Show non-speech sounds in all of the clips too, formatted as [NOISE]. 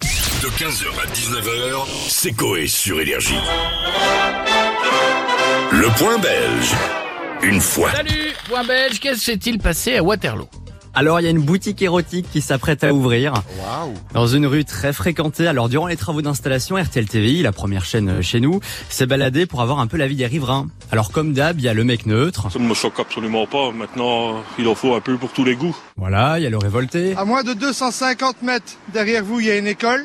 De 15h à 19h, c'est Coé sur Énergie. Le point belge. Une fois. Salut, point belge, qu'est-ce qui s'est-il passé à Waterloo Alors, il y a une boutique érotique qui s'apprête à ouvrir. Dans une rue très fréquentée. Alors, durant les travaux d'installation, RTL TVI, la première chaîne euh, chez nous, s'est baladée pour avoir un peu la vie des riverains. Alors, comme d'hab, il y a le mec neutre. Ça ne me choque absolument pas. Maintenant, il en faut un peu pour tous les goûts. Voilà, il y a le révolté. À moins de 250 mètres derrière vous, il y a une école.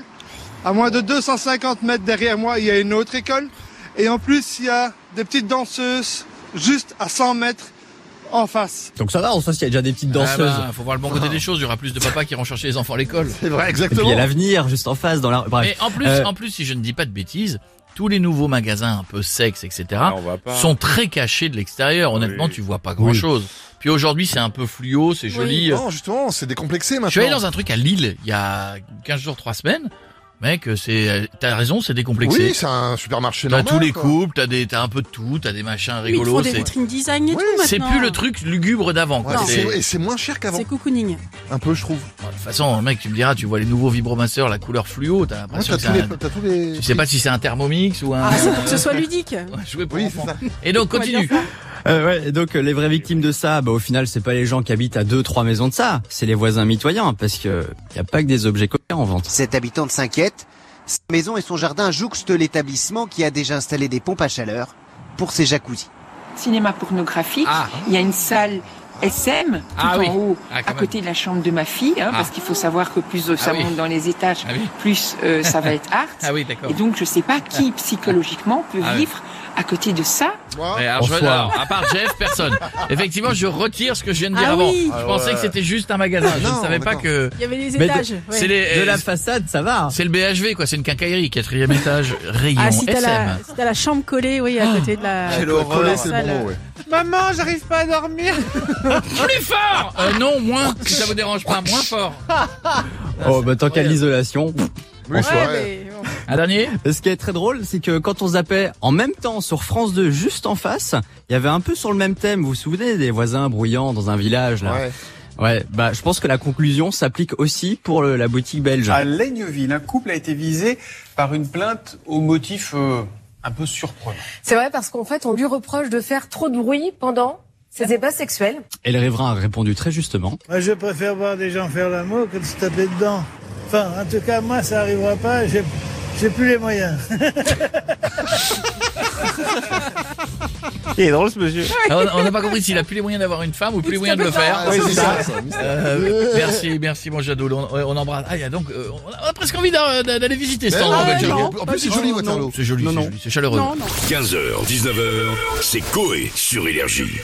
À moins de 250 mètres derrière moi, il y a une autre école. Et en plus, il y a des petites danseuses juste à 100 mètres en face. Donc ça va, en sens, il y a déjà des petites danseuses. Ah bah, faut voir le bon côté des choses, il y aura plus de papas qui iront chercher les enfants à l'école. Et puis, il y a l'avenir juste en face dans la Bref. Mais en plus, Euh, en plus, si je ne dis pas de bêtises, tous les nouveaux magasins un peu sexe, etc., sont très cachés de l'extérieur. Honnêtement, tu vois pas grand-chose. Puis aujourd'hui, c'est un peu fluo, c'est joli. Non, justement, c'est décomplexé maintenant. Euh, Je suis allé dans un truc à Lille il y a 15 jours, 3 semaines. Mec, c'est, t'as raison, c'est décomplexé. Oui, c'est un supermarché t'as normal. tous les quoi. couples, t'as des, t'as un peu de tout, t'as des machins Oui, Ils rigolos. font des c'est- vitrines design et Oui, tout maintenant. c'est plus le truc lugubre d'avant, Ouais, quoi. et C'est- c'est- et c'est moins cher qu'avant. C'est cocooning. Un peu, je trouve. Bon, De toute façon, mec, tu me diras, tu vois les nouveaux vibromasseurs, la couleur fluo, t'as Ouais, l'impression t'as que tous, c'est un... les- t'as tous les. Tu sais pas si c'est un Thermomix ou un... Ah, [LAUGHS] c'est pour que ce soit ludique. Ouais, jouet pour Oui, c'est enfants. ça. Et donc, continue. Euh, ouais, et donc euh, les vraies victimes de ça, bah, au final, c'est pas les gens qui habitent à deux, trois maisons de ça, c'est les voisins mitoyens, parce que euh, y a pas que des objets coquins en vente. Cette habitante s'inquiète. Sa maison et son jardin jouxtent l'établissement qui a déjà installé des pompes à chaleur pour ses jacuzzis. cinéma pornographique. Ah. Il y a une salle SM tout Ah en oui. haut, Ah, quand à même. côté de la chambre de ma fille, hein, Ah. parce qu'il faut savoir que plus euh, ça Ah oui. monte dans les étages, Ah oui. plus euh, ça va [LAUGHS] être art. Ah oui, d'accord. Et donc je sais pas qui Ah. psychologiquement peut Ah oui. vivre à côté de ça. Moi, Ouais, alors, je- Bonsoir. alors, à part Jeff, [LAUGHS] personne. Effectivement, je retire ce que je viens de dire Ah avant. oui. Je pensais que c'était juste un magasin. je ne Ah non, savais pas d'accord. que... Il y avait les Mais de- étages. ouais. C'est les... De la euh, façade, ça va. C'est le BHV, quoi. C'est une quincaillerie, quatrième étage, rayon Ah, si t'as SM. la, si t'as la chambre collée, oui, à côté de la. Quelle de la horreur, c'est le salle. bon mot, ouais. Maman, j'arrive pas à dormir. Plus fort Euh, Non, moins. Si ça vous dérange pas, moins fort. [LAUGHS] Oh, bah tant qu'à l'isolation. pff. Oui, c'est Ouais, vrai. mais bon. Un dernier Ce qui est très drôle, c'est que quand on zappait en même temps sur France 2, juste en face, il y avait un peu sur le même thème. Vous vous souvenez des voisins bruyants dans un village là Ouais. Ouais, bah je pense que la conclusion s'applique aussi pour le- la boutique belge. Ah. À Laigneville, un couple a été visé par une plainte au motif euh, un peu surprenant. C'est vrai parce qu'en fait, on lui reproche de faire trop de bruit pendant ses ébats sexuels. Et le riverain a répondu très justement. je préfère voir des gens faire l'amour que de se taper dedans. Enfin, en tout cas, moi, ça arrivera pas. J'ai, j'ai plus les moyens. Alors, Ah, On n'a pas compris s'il a plus les moyens d'avoir une femme ou plus les moyens de le faire. Ah, c'est ça. [LAUGHS] Euh, merci, merci, mon Jadot. On, ouais, on embrasse. Ah, il y a donc, euh, on a- on a presque envie d'a- d'a- d'aller visiter ce Mais temps. Ben non, en fait, mais Jadot. en plus, c'est joli, Waterloo. Oh. C'est joli, c'est joli, c'est chaleureux. Non, non. 15h, 19h, c'est Coé sur Énergie.